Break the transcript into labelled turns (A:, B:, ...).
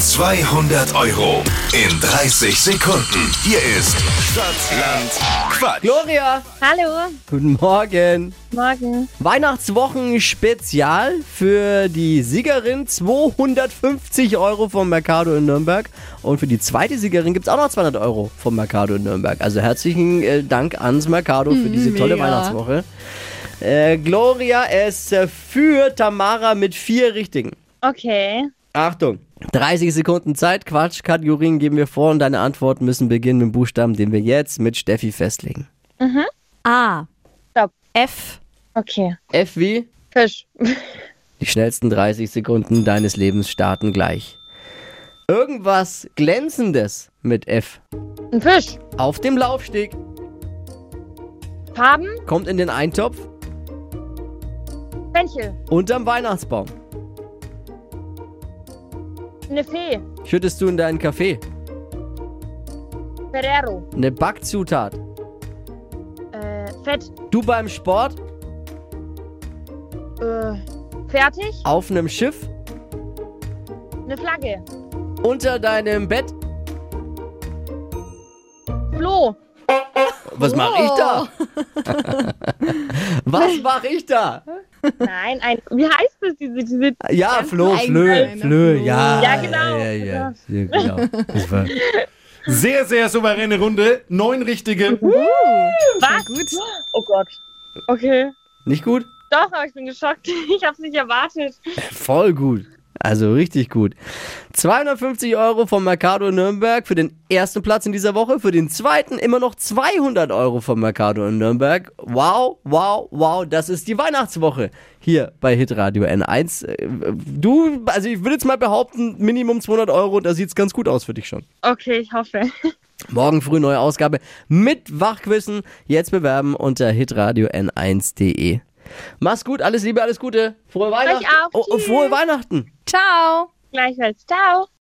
A: 200 Euro in 30 Sekunden. Hier ist Stadtland Quatsch.
B: Gloria,
C: Hallo,
B: guten Morgen.
C: morgen.
B: Weihnachtswochen-Spezial für die Siegerin 250 Euro vom Mercado in Nürnberg. Und für die zweite Siegerin gibt es auch noch 200 Euro vom Mercado in Nürnberg. Also herzlichen äh, Dank ans Mercado für diese tolle
C: mega.
B: Weihnachtswoche. Äh, Gloria es äh, für Tamara mit vier Richtigen.
C: Okay.
B: Achtung. 30 Sekunden Zeit, Quatsch, Kategorien geben wir vor und deine Antworten müssen beginnen mit dem Buchstaben, den wir jetzt mit Steffi festlegen.
D: A.
C: Stopp.
D: F.
C: Okay.
B: F wie?
C: Fisch.
B: Die schnellsten 30 Sekunden deines Lebens starten gleich. Irgendwas Glänzendes mit F.
C: Ein Fisch.
B: Auf dem Laufsteg.
C: Farben.
B: Kommt in den Eintopf.
C: Fenchel.
B: Unterm Weihnachtsbaum.
C: Eine Fee.
B: Schüttest du in deinen Kaffee.
C: Ferrero.
B: Eine Backzutat.
C: Äh, Fett.
B: Du beim Sport.
C: Äh, fertig.
B: Auf einem Schiff.
C: Eine Flagge.
B: Unter deinem Bett.
C: Flo.
B: Was mache ich da? Was mache ich da?
C: Nein, ein. Wie heißt das? Diese, diese.
B: Ja, Flo, Flö,
D: eigene
B: Flö, ja.
C: Ja, genau.
B: Ja, ja, ja, genau. Das war
E: Sehr, sehr souveräne Runde. Neun richtige.
C: Was?
D: Gut.
C: Oh Gott. Okay.
B: nicht gut?
C: Doch, aber ich bin geschockt. Ich hab's nicht erwartet.
B: Voll gut. Also richtig gut. 250 Euro vom Mercado in Nürnberg für den ersten Platz in dieser Woche. Für den zweiten immer noch 200 Euro vom Mercado in Nürnberg. Wow, wow, wow. Das ist die Weihnachtswoche hier bei Hitradio N1. Äh, Du, also ich würde jetzt mal behaupten, Minimum 200 Euro. Da sieht's ganz gut aus für dich schon.
C: Okay, ich hoffe.
B: Morgen früh neue Ausgabe mit Wachquissen. Jetzt bewerben unter hitradio n1.de. Mach's gut, alles Liebe, alles Gute. Frohe Weihnachten.
C: auch.
B: Oh, oh, frohe Weihnachten.
D: Ciao.
C: Gleichfalls. Ciao.